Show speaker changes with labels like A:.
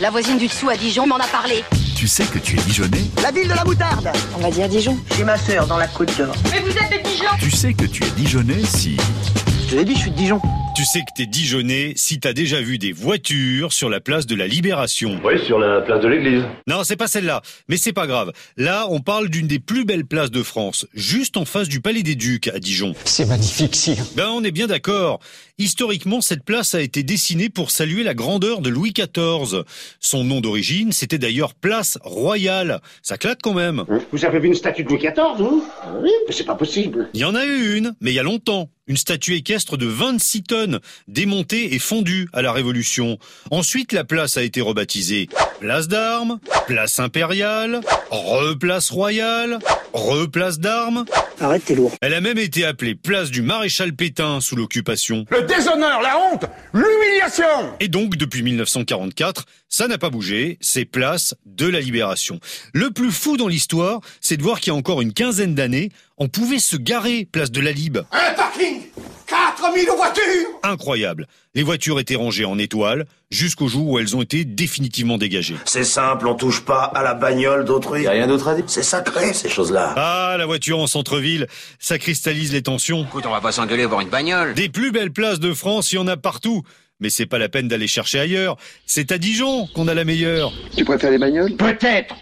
A: La voisine du dessous à Dijon m'en a parlé.
B: Tu sais que tu es Dijonais
C: La ville de la moutarde
D: On va dire Dijon.
C: J'ai ma sœur dans la Côte d'Or.
E: Mais vous êtes de Dijon
B: Tu sais que tu es Dijonais si...
C: Je te l'ai dit, je suis de Dijon.
F: Tu sais que t'es Dijonais si t'as déjà vu des voitures sur la place de la Libération.
G: Oui, sur la place de l'église.
F: Non, c'est pas celle-là, mais c'est pas grave. Là, on parle d'une des plus belles places de France, juste en face du Palais des Ducs à Dijon.
H: C'est magnifique, sire.
F: Ben, on est bien d'accord. Historiquement, cette place a été dessinée pour saluer la grandeur de Louis XIV. Son nom d'origine, c'était d'ailleurs Place Royale. Ça claque quand même.
I: Vous avez vu une statue de Louis XIV, vous Oui, mais c'est pas possible.
F: Il y en a eu une, mais il y a longtemps. Une statue équestre de 26 tonnes, démontée et fondue à la Révolution. Ensuite, la place a été rebaptisée Place d'Armes, Place Impériale, Replace Royale, Replace d'Armes.
C: Arrête, t'es lourd.
F: Elle a même été appelée Place du Maréchal Pétain sous l'occupation.
J: Le déshonneur, la honte, l'humiliation
F: Et donc, depuis 1944, ça n'a pas bougé, c'est place de la libération. Le plus fou dans l'histoire, c'est de voir qu'il y a encore une quinzaine d'années, on pouvait se garer place de la Lib.
J: Un parking 4000 voitures
F: Incroyable. Les voitures étaient rangées en étoiles jusqu'au jour où elles ont été définitivement dégagées.
K: C'est simple, on touche pas à la bagnole d'autrui.
L: Y a rien d'autre à dire.
K: C'est sacré, ces choses-là.
F: Ah, la voiture en centre-ville, ça cristallise les tensions.
M: Écoute, on va pas s'engueuler voir une bagnole.
F: Des plus belles places de France, il y en a partout. Mais c'est pas la peine d'aller chercher ailleurs. C'est à Dijon qu'on a la meilleure.
N: Tu préfères les bagnoles
J: Peut-être